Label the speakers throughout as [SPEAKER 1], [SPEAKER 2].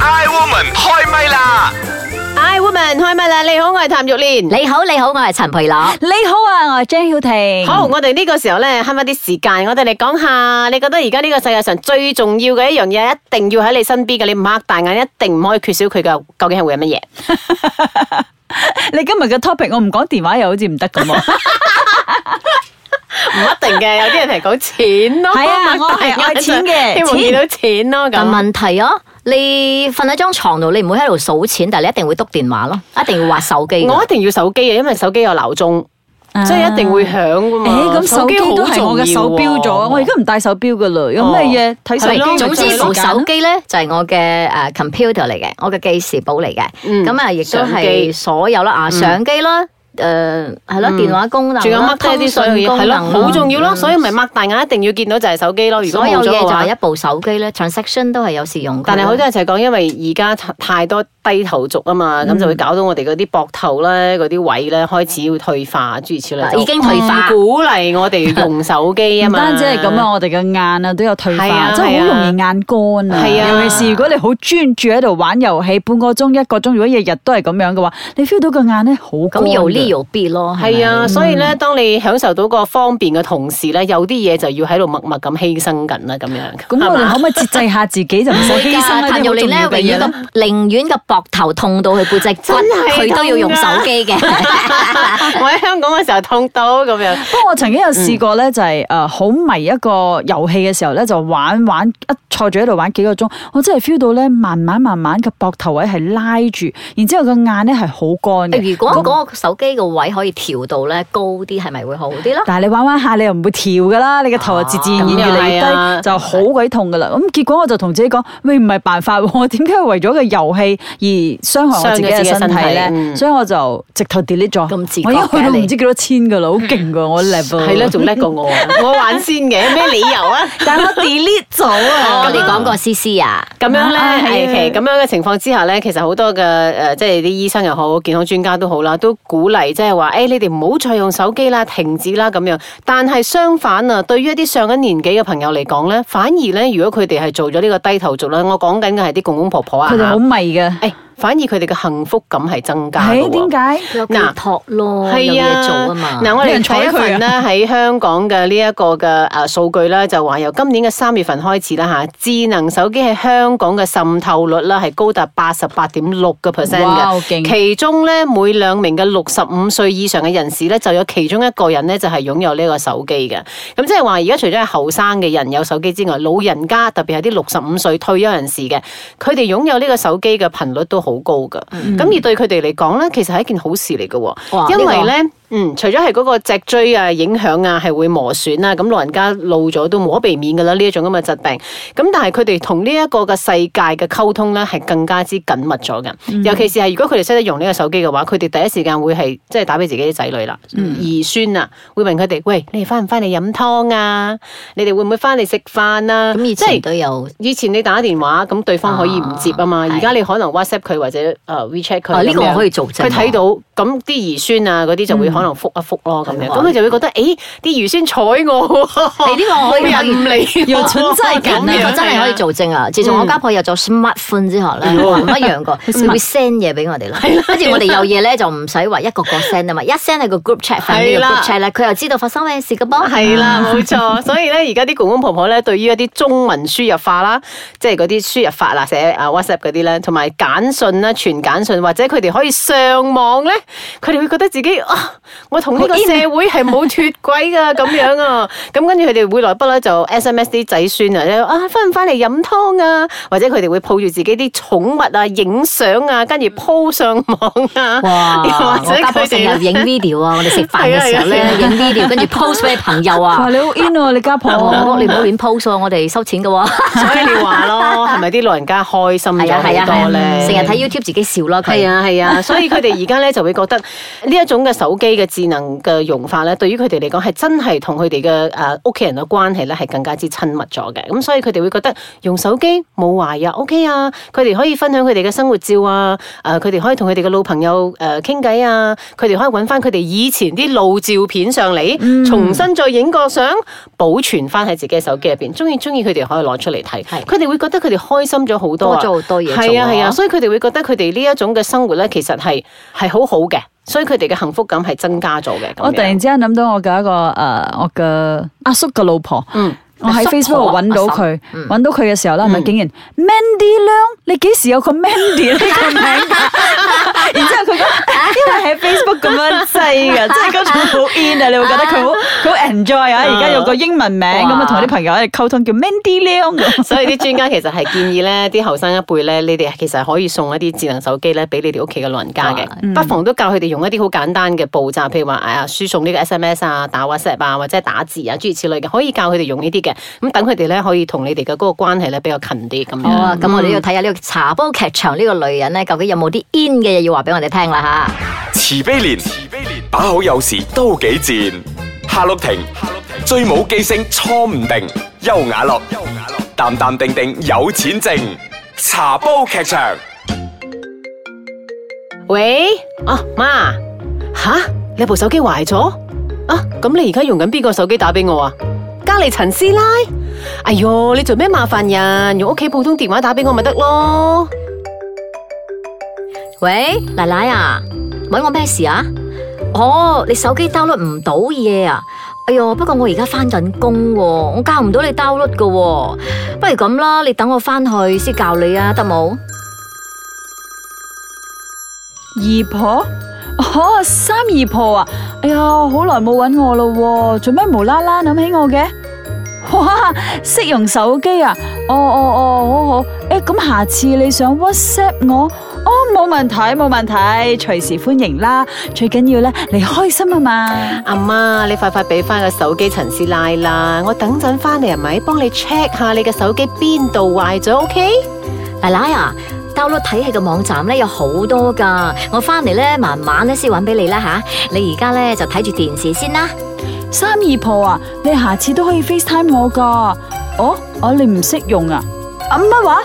[SPEAKER 1] Iwoman 開唛啦！
[SPEAKER 2] I woman 開唛啦！你好，我係譚玉蓮。
[SPEAKER 3] 你好，你好，我係陳培樂。
[SPEAKER 4] 你好啊，我係張曉婷。
[SPEAKER 2] 好，我哋呢個時候咧，慳翻啲時間，我哋嚟講下，你覺得而家呢個世界上最重要嘅一樣嘢，一定要喺你身邊嘅，你唔擘大眼，一定唔可以缺少佢嘅，究竟係會係乜嘢？
[SPEAKER 4] 你今日嘅 topic 我唔講電話又好似唔得咁喎。
[SPEAKER 2] 唔一定嘅，有啲人係講錢咯，
[SPEAKER 4] 係啊
[SPEAKER 2] 擘大眼
[SPEAKER 4] 我係愛錢 嘅
[SPEAKER 2] 希望
[SPEAKER 4] 錢
[SPEAKER 2] 見到錢咯
[SPEAKER 3] 但
[SPEAKER 2] 咁。
[SPEAKER 3] 問題啊，你瞓喺張床度，你唔會喺度數錢，但係你一定會篤電話咯，一定要滑手機。
[SPEAKER 2] 我一定要手機嘅，因為手機有鬧鐘，所以一定會響噶
[SPEAKER 4] 誒，
[SPEAKER 2] 嘛。
[SPEAKER 4] 咁手機
[SPEAKER 2] 好
[SPEAKER 4] 都係我嘅手錶咗，我而家唔戴手錶噶啦，有咩嘢睇手
[SPEAKER 2] 係咯
[SPEAKER 4] 機？
[SPEAKER 3] 總之，部
[SPEAKER 2] 部
[SPEAKER 3] 手機咧就係我嘅诶 computer 嚟嘅，我嘅記事簿嚟嘅。
[SPEAKER 2] 嗯
[SPEAKER 3] 咁啊，亦都
[SPEAKER 2] 相機嗯
[SPEAKER 3] 係所有啦，啊相機啦，誒係咯，電話功能
[SPEAKER 2] 仲有
[SPEAKER 3] 啦，
[SPEAKER 2] 乜低啲所有嘢
[SPEAKER 3] 通
[SPEAKER 2] 係
[SPEAKER 3] 訊
[SPEAKER 2] 咯，
[SPEAKER 3] 功能啦嗯
[SPEAKER 2] 好重要咯，所以咪擘大眼一定要見到就係手機咯。如果
[SPEAKER 3] 所
[SPEAKER 2] 冇
[SPEAKER 3] 有
[SPEAKER 2] 咗
[SPEAKER 3] 嘢
[SPEAKER 2] 嘅
[SPEAKER 3] 就
[SPEAKER 2] 話
[SPEAKER 3] 係一部手機咧，transaction 都係有時用佢啦。
[SPEAKER 2] 但係好多人就係講，因為而家太多低頭族啊嘛，
[SPEAKER 4] 嗯
[SPEAKER 2] 咁、就會搞到我哋嗰啲膊頭咧、嗰啲位咧開始要退化，諸如此類。
[SPEAKER 4] 啊
[SPEAKER 3] 啊已經退化
[SPEAKER 2] 就唔鼓勵我哋用手機啊
[SPEAKER 4] 唔
[SPEAKER 2] 嘛。
[SPEAKER 4] 單止係咁啊，，我哋嘅眼啊都有退
[SPEAKER 2] 係啊
[SPEAKER 4] 化，真係好容易眼乾啊。
[SPEAKER 2] 係啊
[SPEAKER 4] 尤其是如果你好專注喺度玩遊戲，半個鐘一個鐘，如果日日都係咁樣嘅話，你 feel 到個眼咧好乾
[SPEAKER 3] 咁
[SPEAKER 4] 㗎
[SPEAKER 3] 有呢有 B 咯，係咪
[SPEAKER 2] 係
[SPEAKER 4] 嗯
[SPEAKER 2] 啊，所以咧，當你享受到個方便嘅同時咧，有啲嘢就要喺度默默咁犧牲緊啦，咁 樣。
[SPEAKER 4] 咁
[SPEAKER 2] 係
[SPEAKER 4] 我哋
[SPEAKER 2] 嘛
[SPEAKER 4] 可唔可以節制下自己，就唔使犧牲呢
[SPEAKER 3] 但
[SPEAKER 4] 啲好
[SPEAKER 3] 要
[SPEAKER 4] 重
[SPEAKER 3] 你咧，
[SPEAKER 4] 要
[SPEAKER 3] 永
[SPEAKER 4] 嘅嘢
[SPEAKER 3] 遠
[SPEAKER 4] 呢？
[SPEAKER 3] 個寧願個膊頭痛到去背脊骨，
[SPEAKER 2] 真係
[SPEAKER 3] 佢都要用手機嘅。
[SPEAKER 2] 我喺香港嘅時候痛到咁樣。
[SPEAKER 4] 不過我曾經有試過
[SPEAKER 3] 嗯
[SPEAKER 4] 咧，就係誒好迷一個遊戲嘅時候咧，就玩玩一坐住喺度玩幾個鐘，我真係 feel 到咧，慢慢慢慢嘅膊頭位係拉住，然之後個眼咧係好乾
[SPEAKER 3] 嗯
[SPEAKER 4] 嘅。
[SPEAKER 3] 如果嗰個手機個位可以調到咧高啲，係咪會好啲咯？
[SPEAKER 4] 但係你玩玩下，你又唔會調噶啦，你嘅頭啊自自然然越嚟
[SPEAKER 2] 咁
[SPEAKER 4] 越
[SPEAKER 2] 又係啊
[SPEAKER 4] 低，就好鬼痛噶啦。咁結果我就同自己講：，喂，唔係辦法喎，我點解為咗個遊戲而傷害我自己
[SPEAKER 2] 傷咗自
[SPEAKER 4] 嘅身體
[SPEAKER 2] 己嘅身體
[SPEAKER 4] 咧？
[SPEAKER 2] 嗯
[SPEAKER 4] 所以我就直頭 delete 咗。
[SPEAKER 3] 啊咁自覺
[SPEAKER 4] 我已經去
[SPEAKER 3] 嘅
[SPEAKER 4] 到唔
[SPEAKER 3] 你
[SPEAKER 4] 知幾多千噶啦，好勁噶我 level。
[SPEAKER 2] 係啦，仲叻過 我啊，我玩先嘅，咩理由啊？
[SPEAKER 4] 但係我 delete 咗啊。
[SPEAKER 3] 哦咁你講過 C C 啊？
[SPEAKER 2] 咁樣咧，
[SPEAKER 4] 啊
[SPEAKER 2] 係
[SPEAKER 4] 係啊
[SPEAKER 2] 其實咁樣嘅情況之下咧，其實好多嘅誒、呃即係啲醫生又好，健康專家都好啦，都鼓勵即係話，誒、你哋唔好再用手機啦，停止啦咁樣。但係相反啊，對於一啲上緊年紀嘅朋友嚟講咧，反而咧，如果佢哋係做咗呢個低頭族咧，我講緊嘅係啲公公婆婆啊，
[SPEAKER 4] 佢哋好
[SPEAKER 2] 誒、
[SPEAKER 4] 迷嘅。
[SPEAKER 2] 反而佢哋嘅幸福感係增加嘅
[SPEAKER 4] 係
[SPEAKER 2] 喎
[SPEAKER 4] 點解？
[SPEAKER 3] 佢有寄託咯，有
[SPEAKER 2] 係
[SPEAKER 3] 嘢做啊嘛。
[SPEAKER 2] 嗱，我
[SPEAKER 4] 有
[SPEAKER 2] 哋
[SPEAKER 4] 人睬
[SPEAKER 2] 睇一
[SPEAKER 4] 佢啊
[SPEAKER 2] 份咧喺香港嘅呢一個嘅誒數據咧，就話由今年嘅三月份開始啦嚇，智能手機喺香港嘅滲透率啦係高達八十八點六個 percent
[SPEAKER 4] 哇
[SPEAKER 2] 嘅。
[SPEAKER 4] 好勁啊
[SPEAKER 2] 其中咧每兩名嘅六十五歲以上嘅人士咧，就有其中一個人咧就係擁有呢個手機嘅。咁即係話，而家除咗係後生嘅人有手機之外，老人家特別係啲六十五歲退休人士嘅，佢哋擁有呢個手機嘅頻率都好高㗎。咁、而對佢哋嚟講咧，其實係一件好事嚟嘅喎。
[SPEAKER 3] 嗯哇
[SPEAKER 2] 因為
[SPEAKER 3] 呢個
[SPEAKER 2] 咧，嗯，除咗係嗰個脊椎啊影響啊，係會磨損啦，咁老人家老咗都無可避免噶啦呢一種咁嘅疾病。咁但係佢哋同呢一個嘅世界嘅溝通咧，係更加之緊密咗嘅。
[SPEAKER 3] 嗯
[SPEAKER 2] 尤其是係如果佢哋識得用呢個手機嘅話，佢哋第一時間會係即係打俾自己啲仔女啦、
[SPEAKER 3] 嗯
[SPEAKER 2] 兒孫啊，會問佢哋：喂，你哋翻唔翻嚟飲湯啊？你哋會唔會翻嚟食飯啊？
[SPEAKER 3] 咁以
[SPEAKER 2] 即係
[SPEAKER 3] 前都有。
[SPEAKER 2] 以前你打電話咁對方可以唔接啊嘛，
[SPEAKER 3] 啊
[SPEAKER 2] 而家你可能 WhatsApp 佢或者誒 WeChat 佢
[SPEAKER 3] 啊！呢個
[SPEAKER 2] 咁樣
[SPEAKER 3] 我可以做證
[SPEAKER 2] 佢
[SPEAKER 3] 喎。
[SPEAKER 2] 睇到咁啲兒孫啊嗰啲就會可能覆一覆咯咁樣，
[SPEAKER 3] 係喎
[SPEAKER 2] 咁佢就會覺得誒啲兒孫睬我
[SPEAKER 3] 嗯你
[SPEAKER 2] 喎，
[SPEAKER 3] 呢個我可
[SPEAKER 2] 冇
[SPEAKER 3] 以可以
[SPEAKER 2] 人唔 理我，
[SPEAKER 4] 又蠢真係
[SPEAKER 3] 咁
[SPEAKER 2] 咁
[SPEAKER 4] 緊
[SPEAKER 2] 樣
[SPEAKER 3] 呢個真係可以。做證啊！自從我家婆有咗 smartphone 之後咧，我唔一樣個，佢會 send 嘢俾我哋啦。跟住我哋有嘢咧就唔使話一個個 send 啊嘛，一 send 喺個 group chat 份呢
[SPEAKER 2] 係
[SPEAKER 3] 個
[SPEAKER 2] 啦
[SPEAKER 3] group chat 咧，佢又知道發生咩事嘅噃。
[SPEAKER 2] 係啦，
[SPEAKER 3] 啊
[SPEAKER 2] 冇錯。所以咧，而家啲公公婆婆咧，對於一啲中文輸入法啦，即係嗰啲輸入法啦，寫啊 WhatsApp 嗰啲咧，同埋簡訊啦、全簡訊，或者佢哋可以上網咧，佢哋會覺得自己啊，我同呢個社會係冇脱軌噶咁樣 啊。咁跟住佢哋會來不啦就 SMS 啲仔孫啊，啊翻唔翻嚟飲湯啊？或者佢哋會抱住自己啲寵物啊、影相啊，跟住 po 上網啊，
[SPEAKER 3] 哇！
[SPEAKER 2] 又或
[SPEAKER 3] 我
[SPEAKER 2] 者
[SPEAKER 3] 家婆
[SPEAKER 2] 佢
[SPEAKER 3] 成
[SPEAKER 2] 哋
[SPEAKER 3] 日
[SPEAKER 2] 呢
[SPEAKER 3] 影 video 啊，我哋食飯嘅時
[SPEAKER 2] 係
[SPEAKER 3] 候
[SPEAKER 2] 啊
[SPEAKER 3] 咧
[SPEAKER 2] 係
[SPEAKER 3] 影 video，跟住 post 俾朋友
[SPEAKER 4] 哇！
[SPEAKER 3] 啊。
[SPEAKER 4] 你好 in 喎，你家婆。
[SPEAKER 3] 我你唔好亂 post 啊！我哋收錢嘅喎。
[SPEAKER 2] 所以你話咯，係咪啲老人家開心
[SPEAKER 3] 係
[SPEAKER 2] 咗
[SPEAKER 3] 啊係啊
[SPEAKER 2] 好多
[SPEAKER 3] 係啊，
[SPEAKER 2] 咧？
[SPEAKER 3] 成日睇 YouTube 自己笑咯佢。
[SPEAKER 2] 係啊係啊，所以佢哋而家咧就會覺得呢一種嘅手機嘅嘅智能嘅用法咧，對於佢哋嚟講係真係同佢哋嘅誒屋企人嘅關係咧係更加之親密咗嘅。咁所以佢哋會覺得用手機冇壞啊，OK 啊，佢哋可以分享佢哋嘅生活照啊，誒佢哋可以同佢哋嘅老朋友誒傾偈啊，佢哋可以揾翻佢哋以前啲老照片上嚟，
[SPEAKER 3] 嗯
[SPEAKER 2] 重新再影個相，保存翻喺自己嘅手機入邊。中意中意佢哋可以攞出嚟睇，
[SPEAKER 3] 係
[SPEAKER 2] 佢哋會覺得佢哋開心咗好多
[SPEAKER 3] 多
[SPEAKER 2] 啊。
[SPEAKER 3] 咗好多嘢做
[SPEAKER 2] 係啊係啊，所以佢哋會覺得佢哋呢一種嘅生活咧，其實係係好好嘅，所以佢哋嘅幸福感係增加咗嘅。咁樣
[SPEAKER 4] 我突然之間諗到我嘅一個誒、呃我嘅阿叔嘅老婆。
[SPEAKER 2] 嗯，
[SPEAKER 4] 我
[SPEAKER 3] 阿
[SPEAKER 4] 喺
[SPEAKER 3] 叔
[SPEAKER 4] Facebook 度揾到佢，揾到佢嘅時候咧，咪竟然 Mandy 亮，你幾時有個 Mandy 呢個名？然之後佢講，因為喺 Facebook 咁樣擠嘅，即係嗰種好 in 啊，你會覺得佢好佢好 enjoy 啊！而家有個英文名咁啊，同啲朋友喺度溝通叫 Mandy 亮咁。
[SPEAKER 2] 所以啲專家其實係建議咧，啲後生一輩咧，你哋其實可以送一啲智能手機咧，俾你哋屋企嘅老人家嘅，
[SPEAKER 3] 啊嗯
[SPEAKER 2] 不妨都教佢哋用一啲好簡單嘅步驟，譬如話啊輸送呢個 SMS 啊、打 WhatsApp 啊，或者係打字啊，諸如此類嘅，可以教佢哋用呢啲嘅。咁等佢哋咧可以同你哋嘅嗰個關係咧比較近啲咁
[SPEAKER 3] 好
[SPEAKER 2] 樣。
[SPEAKER 3] 啊，咁我哋要睇下呢個茶煲劇場呢個女人咧，究竟有冇啲 in 嘅嘢要話俾我哋聽啦吓。
[SPEAKER 1] 慈悲蓮，慈悲蓮，把口有時都幾賤。夏綠庭，夏綠庭，最冇記性錯唔定。優雅樂，優雅樂，淡淡定定有錢剩。茶煲劇場，
[SPEAKER 2] 喂，啊媽，吓你部手機壞咗啊？咁你而家用緊邊個手機打俾我啊？隔離陳師奶，哎喲，你做咩麻煩人？用屋企普通電話打俾我咪得咯。
[SPEAKER 3] 喂，奶奶啊，搵我咩事啊？哦，你手機 download 唔到嘢啊？哎喲，不過我而家翻緊工喎，我教唔到你 download 噶喎。不如咁啦，你等我翻去先教你啊，得冇？
[SPEAKER 4] 姨婆，哦，三姨婆啊！哎呀，好耐冇揾我咯喎，做咩無啦啦諗起我嘅？ 哇，識用手機啊！哦哦哦，好好。誒，咁下次你想 WhatsApp 我？哦，冇問題，冇問題，隨時歡迎啦。最緊要咧，你開心啊嘛。
[SPEAKER 2] 阿媽，你快快俾翻個手機陳師奶啦，我等陣翻嚟係咪幫你 check 下你嘅手機邊度壞咗？OK？
[SPEAKER 3] 奶奶啊，download 睇戲嘅網站咧有好多噶，我翻嚟咧慢慢咧先揾俾你啦吓。你而家咧就睇住電視先啦。
[SPEAKER 4] 三姨婆啊，你下次都可以 FaceTime 我噶。哦，哦，你唔識用啊？啊乜話？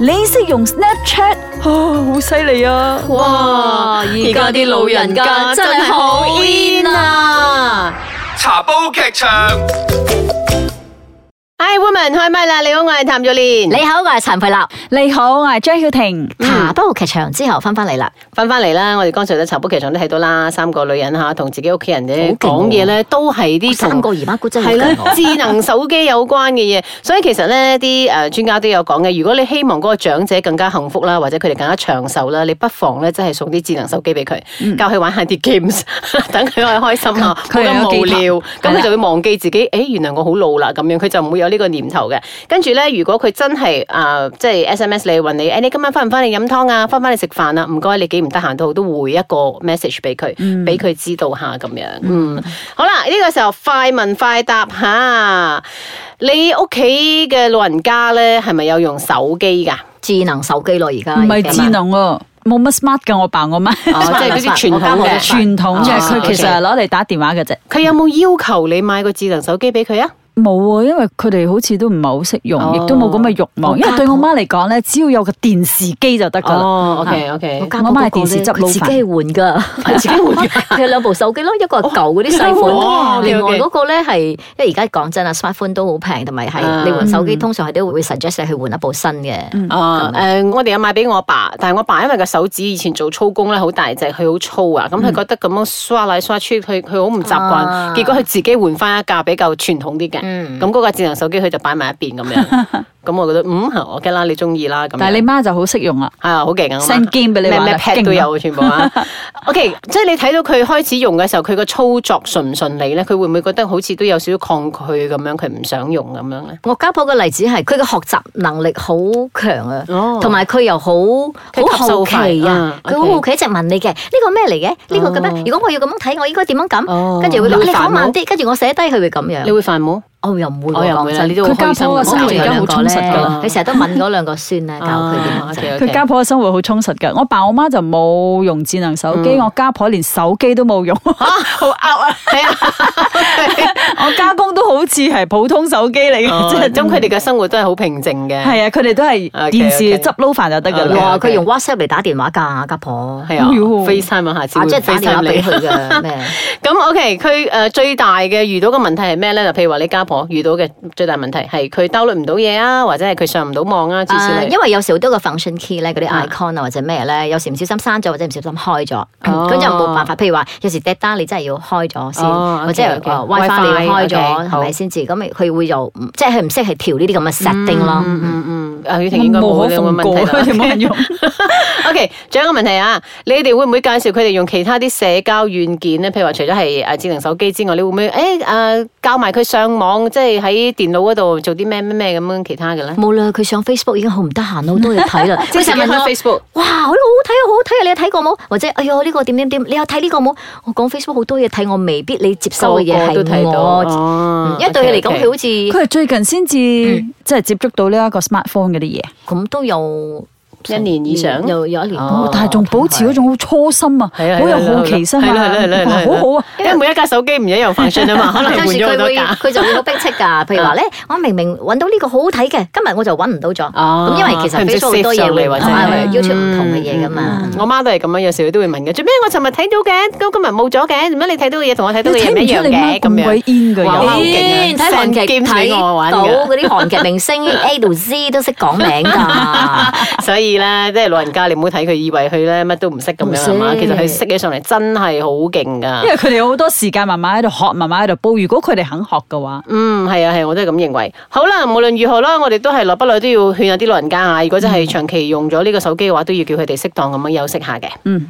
[SPEAKER 4] 你識用 Snapchat？哦，好犀利啊！
[SPEAKER 3] 哇！而
[SPEAKER 2] 家啲老人家真係好 in à.
[SPEAKER 3] 啊！
[SPEAKER 1] 茶煲劇場。
[SPEAKER 2] 哎，woman 開唛啦！你好，我係譚玉蓮。
[SPEAKER 3] 你好，我係陳佩立。
[SPEAKER 4] 你好，我係張曉婷。
[SPEAKER 3] 茶煲劇場之後翻返嚟啦，
[SPEAKER 2] 翻翻嚟啦，我哋剛才咧茶煲劇場都睇到啦，三個女人吓同自己屋企人咧講
[SPEAKER 3] 好勁喎哦
[SPEAKER 2] 嘢咧，都係啲
[SPEAKER 3] 三
[SPEAKER 2] 同
[SPEAKER 3] 個姨媽姑真
[SPEAKER 2] 係
[SPEAKER 3] 係
[SPEAKER 2] 啦
[SPEAKER 3] 好勁，喎
[SPEAKER 2] 智能手機有關嘅嘢，所以其實咧啲誒專家都有講嘅。如果你希望嗰個長者更加幸福啦，或者佢哋更加長壽啦，你不妨咧真係送啲智能手機俾佢，
[SPEAKER 3] 嗯
[SPEAKER 2] 教佢玩下啲 games，等 佢可以開心下，
[SPEAKER 4] 佢
[SPEAKER 2] 啊冇
[SPEAKER 4] 又有
[SPEAKER 2] 咁無
[SPEAKER 4] 記
[SPEAKER 2] 聊，
[SPEAKER 4] 係
[SPEAKER 2] 咁
[SPEAKER 4] 啦
[SPEAKER 2] 佢就會忘記自己， 誒、原來我好老啦咁樣，佢就唔會有呢個念頭嘅。跟住咧，如果佢真係啊、呃即係 SMS 你問你，誒、你今晚翻唔翻嚟飲湯啊？翻唔翻嚟食飯啊？唔該，你幾唔得閒都好，都回一個 message 俾佢，俾佢、知道下咁樣。嗯，好啦，呢、個時候快問快答下，你屋企嘅老人家咧係咪有用手機㗎？
[SPEAKER 3] 智能手機咯，而家
[SPEAKER 4] 唔係
[SPEAKER 3] 已經
[SPEAKER 4] 智能喎，冇乜 smart 嘅我爸我媽，
[SPEAKER 2] 哦，即係嗰啲傳
[SPEAKER 3] 我家
[SPEAKER 2] 統
[SPEAKER 3] 冇
[SPEAKER 2] 嘅
[SPEAKER 3] 得。
[SPEAKER 4] 傳統嘅
[SPEAKER 2] 哦
[SPEAKER 4] 佢其實係攞嚟打電話嘅啫。
[SPEAKER 2] 佢有冇要求你買個智能手機俾佢啊？
[SPEAKER 4] 冇啊，因為佢哋好似都唔係好識用，
[SPEAKER 2] 哦
[SPEAKER 4] 亦都冇咁嘅慾
[SPEAKER 3] 我
[SPEAKER 4] 望。
[SPEAKER 3] 家
[SPEAKER 4] 因為對我媽嚟講咧，只要有個電視機就得㗎啦。啊
[SPEAKER 2] 哦，OK OK，
[SPEAKER 3] 我家嗰個
[SPEAKER 4] 我媽係電視執
[SPEAKER 3] 咧佢自己係換噶，
[SPEAKER 2] 自己換㗎
[SPEAKER 3] 佢有兩部手機咯，一個係舊嗰啲細
[SPEAKER 2] 哦
[SPEAKER 3] 款，另外
[SPEAKER 2] OK，OK
[SPEAKER 3] 嗰個咧係，因為而家講真啊，smartphone 都好平，同埋
[SPEAKER 2] 啊
[SPEAKER 3] 係你換手機通常佢都會 suggest 你去換一部新嘅。
[SPEAKER 2] 啊，誒、我哋有買俾我爸，但係我爸因為個手指以前做粗工咧，好大隻，佢好粗啊，咁
[SPEAKER 4] 嗯
[SPEAKER 2] 佢覺得咁樣刷嚟刷去，佢佢好唔習慣，
[SPEAKER 3] 啊
[SPEAKER 2] 結果佢自己換翻一架比較傳統啲嘅，咁
[SPEAKER 3] 嗯
[SPEAKER 2] 嗰、架智能手機佢就擺埋一邊咁 樣，咁我覺得嗯我嘅啦，你中意啦咁樣。
[SPEAKER 4] 但係你媽就好識用啦，
[SPEAKER 2] 係啊，好勁啊！
[SPEAKER 4] send game 俾你
[SPEAKER 2] 咩
[SPEAKER 4] 玩
[SPEAKER 2] 咩
[SPEAKER 4] 啦
[SPEAKER 2] pad
[SPEAKER 4] 勁
[SPEAKER 2] 都
[SPEAKER 4] 啊
[SPEAKER 2] 有全部 啊。OK，即係你睇到佢開始用嘅時候，佢個操作順唔順利咧？佢會唔會覺得好似都有少少抗拒咁樣？佢唔想用咁樣咧？
[SPEAKER 3] 我家婆嘅例子係佢嘅學習能力好強啊
[SPEAKER 2] 哦，
[SPEAKER 3] 同埋佢又好
[SPEAKER 2] 佢吸
[SPEAKER 3] 好
[SPEAKER 2] 收
[SPEAKER 3] 好
[SPEAKER 2] 快
[SPEAKER 3] 奇啊
[SPEAKER 2] 嗯，
[SPEAKER 3] 佢好
[SPEAKER 2] OK
[SPEAKER 3] 好奇一直問你嘅呢個咩嚟嘅？呢個咁
[SPEAKER 2] 哦
[SPEAKER 3] 樣，如果我要咁樣睇，我應該點樣
[SPEAKER 2] 哦
[SPEAKER 3] 撳？跟住會
[SPEAKER 2] 你會
[SPEAKER 3] 講你
[SPEAKER 2] 煩
[SPEAKER 3] 講慢
[SPEAKER 2] 冇
[SPEAKER 3] 啲，跟住我寫低佢會咁樣
[SPEAKER 2] 你。會煩冇？
[SPEAKER 3] 我又唔會
[SPEAKER 2] 我
[SPEAKER 3] 喎，
[SPEAKER 2] 又唔會
[SPEAKER 3] 講
[SPEAKER 2] 啦，
[SPEAKER 3] 真
[SPEAKER 2] 呢。啲好
[SPEAKER 4] 佢家
[SPEAKER 2] 開心
[SPEAKER 4] 婆嘅
[SPEAKER 2] 喎
[SPEAKER 4] 生活
[SPEAKER 2] 教
[SPEAKER 4] 而家好充實㗎啦
[SPEAKER 3] 佢成日都問嗰兩個 孫咧，教佢點樣整。
[SPEAKER 2] 啊，OK，OK
[SPEAKER 4] 佢家婆嘅生活好充實㗎，我爸我媽就冇用智能手機，
[SPEAKER 2] 嗯
[SPEAKER 4] 我家婆連手機都 冇用，好呃啊！
[SPEAKER 2] 係啊，
[SPEAKER 4] 我家公都好似係普通手機嚟嘅，
[SPEAKER 2] 哦
[SPEAKER 4] 即係
[SPEAKER 2] 咁佢哋嘅生活都係好平靜嘅。
[SPEAKER 4] 嗯係啊，佢哋都係
[SPEAKER 2] OK，OK
[SPEAKER 4] 電視執撈飯就得㗎啦。
[SPEAKER 3] 哇！
[SPEAKER 2] OK，OK
[SPEAKER 3] 佢用 WhatsApp 嚟打電話㗎，家婆。
[SPEAKER 2] 係啊
[SPEAKER 4] 哎呦
[SPEAKER 2] ，FaceTime 啊，下次
[SPEAKER 3] 啊，
[SPEAKER 2] 會
[SPEAKER 3] 即係打電話
[SPEAKER 2] FaceTime
[SPEAKER 3] 俾
[SPEAKER 2] 你。
[SPEAKER 3] 佢嘅咩？
[SPEAKER 2] 咁 OK，佢誒最大嘅遇到嘅問題係咩咧？就譬如話你家婆遇到嘅最大問題係佢 download 唔到嘢啊，或者係佢上唔到網啊，至少
[SPEAKER 3] 啊
[SPEAKER 2] 你
[SPEAKER 3] 因為有時好多個 function key 咧，嗰
[SPEAKER 2] 啊
[SPEAKER 3] 啲 icon 啊或者咩咧，有時唔小心刪咗或者唔小心開咗，
[SPEAKER 2] 哦
[SPEAKER 3] 咁就冇辦法。譬如話，有時 data 你真係要開咗先，
[SPEAKER 2] 哦，OK，
[SPEAKER 3] 或者係
[SPEAKER 2] OK
[SPEAKER 3] 呃 WiFi 你要
[SPEAKER 2] WiFi，OK，
[SPEAKER 3] 開咗，係
[SPEAKER 2] 好
[SPEAKER 3] 咪先至？咁佢會又唔即係佢唔識去調呢啲咁嘅 setting 咯。
[SPEAKER 2] 嗯嗯嗯，阿曉
[SPEAKER 4] 我
[SPEAKER 2] 婷應該
[SPEAKER 4] 無
[SPEAKER 2] 啊冇
[SPEAKER 4] 可
[SPEAKER 2] 呢個
[SPEAKER 4] 奉
[SPEAKER 2] 問
[SPEAKER 4] 告， 佢
[SPEAKER 2] 題
[SPEAKER 4] 哋
[SPEAKER 2] 啦。
[SPEAKER 4] 冇人用。
[SPEAKER 2] O K，仲有一個問題啊，你哋會唔會介紹佢哋用其他啲社交軟件咧？譬如話，除咗係誒智能手機之外，你會唔會誒誒教埋佢上網，即係喺電腦嗰度做啲咩咩咩咁樣其他嘅咧？
[SPEAKER 3] 冇啦，佢上 Facebook 已經好唔得閒，好多嘢睇啦。
[SPEAKER 2] 即係
[SPEAKER 3] 成
[SPEAKER 2] 自
[SPEAKER 3] 日
[SPEAKER 2] 己
[SPEAKER 3] 問
[SPEAKER 2] 開
[SPEAKER 3] 我
[SPEAKER 2] Facebook
[SPEAKER 3] 哇，好好睇啊，好好睇啊！你有睇過冇？或者哎呦呢個點點點，你有睇呢個冇？我講 Facebook 好多嘢睇，我未必你接收嘅嘢
[SPEAKER 2] 個個都
[SPEAKER 3] 係
[SPEAKER 2] 睇到
[SPEAKER 3] 我，
[SPEAKER 2] 哦
[SPEAKER 3] 嗯因為對佢嚟講，
[SPEAKER 2] ，OK，OK
[SPEAKER 3] 佢好似
[SPEAKER 4] 佢係最近先至
[SPEAKER 2] 嗯
[SPEAKER 4] 即係接觸到呢一個 smartphone 嗰啲嘢，
[SPEAKER 3] 咁都有
[SPEAKER 2] 一年以上
[SPEAKER 3] 有有一年
[SPEAKER 2] 哦
[SPEAKER 3] 多。
[SPEAKER 4] 但係仲保持嗰種好初心啊，好
[SPEAKER 2] 係啊
[SPEAKER 4] 有好奇心
[SPEAKER 2] 係啦
[SPEAKER 4] 啊
[SPEAKER 2] 係啦係，啦係
[SPEAKER 4] 哇
[SPEAKER 2] 啦
[SPEAKER 4] 好好啊！
[SPEAKER 2] 因為每一架手機唔一樣 function 啊 嘛，可能 換
[SPEAKER 3] 有時
[SPEAKER 2] 咗好
[SPEAKER 3] 佢
[SPEAKER 2] 多
[SPEAKER 3] 會
[SPEAKER 2] 架。
[SPEAKER 4] 啊
[SPEAKER 2] 啊
[SPEAKER 3] 佢就會好逼斥 㗎，譬如話咧，我明明揾到呢個好好睇嘅，今日我就揾唔到咗。
[SPEAKER 2] 哦
[SPEAKER 3] 咁因為其
[SPEAKER 2] 佢
[SPEAKER 3] 實
[SPEAKER 2] 唔識
[SPEAKER 3] Facebook 好多
[SPEAKER 2] save 上
[SPEAKER 3] 嘢會
[SPEAKER 2] 嚟或者嗯
[SPEAKER 3] 啊
[SPEAKER 4] 係
[SPEAKER 3] YouTube 唔同嘅嘢㗎嘛。
[SPEAKER 2] 我媽都係咁樣，有時佢都會問嘅，做咩我尋日睇到嘅，咁今日冇咗嘅，點解你睇到嘅嘢同我睇
[SPEAKER 4] 你
[SPEAKER 2] 到嘅嘢
[SPEAKER 4] 睇
[SPEAKER 2] 唔
[SPEAKER 4] 唔
[SPEAKER 2] 一樣
[SPEAKER 4] 出你媽
[SPEAKER 2] 嘅？咁
[SPEAKER 4] 咁鬼
[SPEAKER 2] 樣
[SPEAKER 4] in 嘅
[SPEAKER 2] 哇
[SPEAKER 4] 人
[SPEAKER 2] 好勁啊
[SPEAKER 3] 咦睇韓劇
[SPEAKER 2] send game 俾
[SPEAKER 3] 睇
[SPEAKER 2] 我玩㗎
[SPEAKER 3] 到嗰啲韓劇明星 A 到 Z 都識講名 㗎，
[SPEAKER 2] 所以咧，即係老人家，你唔好睇佢以為佢咧乜都唔識咁樣係嘛，
[SPEAKER 3] 唔識
[SPEAKER 2] 其實佢識起上嚟真係好勁噶
[SPEAKER 4] 因。為佢哋有好多時間慢慢喺度學，慢慢喺度煲。如果佢哋肯學嘅話，
[SPEAKER 2] 嗯，係啊，係啊，我都係咁認為。好啦，無論如何啦，我哋都係耐不耐
[SPEAKER 4] 嗯
[SPEAKER 2] 都要勸下啲老人家啊，如果真係長期用咗呢個手機嘅話，都要叫佢哋適當咁樣休息下嘅。
[SPEAKER 4] 嗯。